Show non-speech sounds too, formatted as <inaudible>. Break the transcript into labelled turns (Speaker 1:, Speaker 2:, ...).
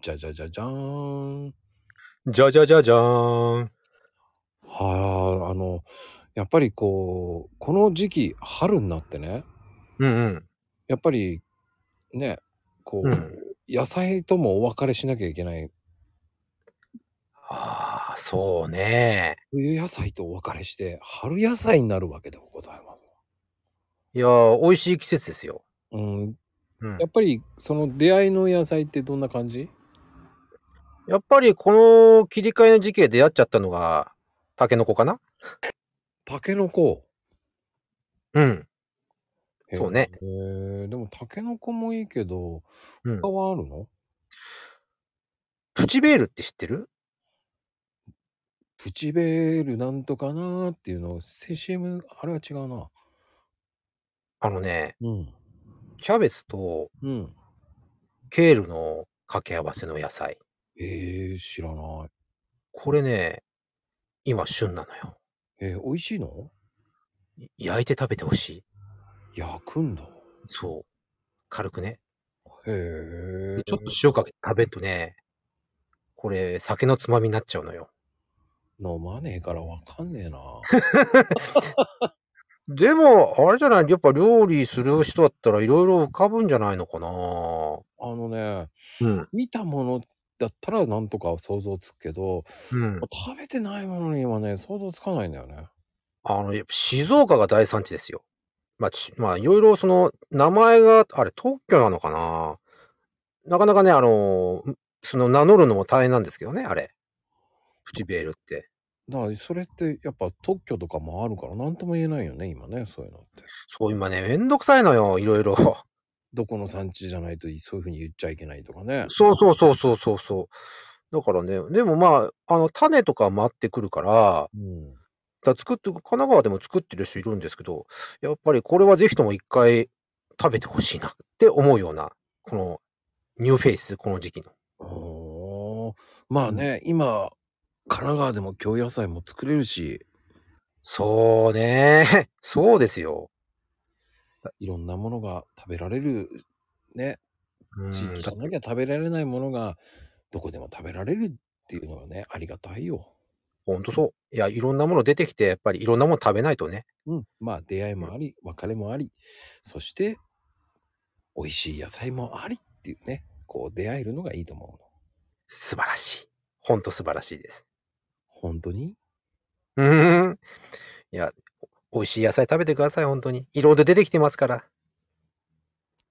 Speaker 1: じゃじゃじゃじゃーん。
Speaker 2: じゃじゃじゃじゃーん。
Speaker 1: はあ、あの、やっぱりこう、この時期、春になってね、
Speaker 2: うんうん。
Speaker 1: やっぱり、ね、こう、
Speaker 2: うん
Speaker 1: 野菜ともお別れしなきゃいけない。
Speaker 2: ああ、そうね。
Speaker 1: 冬野菜とお別れして、春野菜になるわけでございます。
Speaker 2: いやー、美味しい季節ですよ。
Speaker 1: うん。
Speaker 2: うん
Speaker 1: やっぱり、その出会いの野菜ってどんな感じ
Speaker 2: やっぱりこの切り替えの時期で出会っちゃったのが、タケノコかな
Speaker 1: タケノコ。
Speaker 2: うん。そうね
Speaker 1: へえ、でもタケノコもいいけど、
Speaker 2: うん
Speaker 1: 他はあるの
Speaker 2: プチベールって知ってる
Speaker 1: プチベールなんとかなーっていうの、CM、あれは違うな。
Speaker 2: あのね、
Speaker 1: うん。
Speaker 2: キャベツと
Speaker 1: うん。
Speaker 2: ケールの掛け合わせの野菜。
Speaker 1: えー、知らない。
Speaker 2: これね、今旬なのよ。
Speaker 1: えー、美味しいの
Speaker 2: い焼いて食べてほしい。
Speaker 1: 焼くんだ。
Speaker 2: そう。軽くね。
Speaker 1: へ
Speaker 2: で
Speaker 1: え。
Speaker 2: ちょっと塩かけて食べるとね、これ酒のつまみになっちゃうのよ。
Speaker 1: 飲まねえからわかん
Speaker 2: <laughs>
Speaker 1: ねえな。
Speaker 2: でも、あれじゃないやっぱ料理する人だったらいろいろ浮かぶんじゃないのかな
Speaker 1: あのね、
Speaker 2: うん。
Speaker 1: 見たものだったらなんとか想像つくけど、
Speaker 2: うん。
Speaker 1: 食べてないものにはね、想像つかないんだよね。
Speaker 2: あの、やっぱ静岡が大産地ですよ。まあ、ちまあ、いろいろその、名前が、あれ、特許なのかななかなかね、あの、んその名乗るのも大変なんですけどね、あれ。プチベールって。
Speaker 1: だからそれってやっぱ特許とかもあるから何とも言えないよね、今ね、そういうのって。
Speaker 2: そう、今ね、めんどくさいのよ、いろいろ。 <laughs>
Speaker 1: どこの産地じゃないとそういうふうに言っちゃいけないとかね。
Speaker 2: そうそうそうそうそうそう。だからね、でもまあ、あの、種とか回ってくるから、
Speaker 1: うん。
Speaker 2: だから作って、神奈川でも作ってる人いるんですけど、やっぱりこれはぜひとも一回食べてほしいなって思うような、このニューフェイス、この時期の。
Speaker 1: おーまあね、今、神奈川でも京野菜も作れるし、
Speaker 2: そうね。 <laughs> そうですよ。
Speaker 1: いろんなものが食べられる、ね、
Speaker 2: うん、
Speaker 1: 地域じゃなきゃ食べられないものが、どこでも食べられるっていうのはね、ありがたいよ。
Speaker 2: ほんとそう。いや、いろんなもの出てきて、やっぱりいろんなもの食べないとね。
Speaker 1: うん。まあ、出会いもあり、別れもあり、そして、美味しい野菜もありっていうね、こう出会えるのがいいと思うの。
Speaker 2: 素晴らしい。ほんと素晴らしいです。
Speaker 1: 本当に
Speaker 2: うーん。いや、美味しい野菜食べてください、本当に。いろいろ出てきてますから。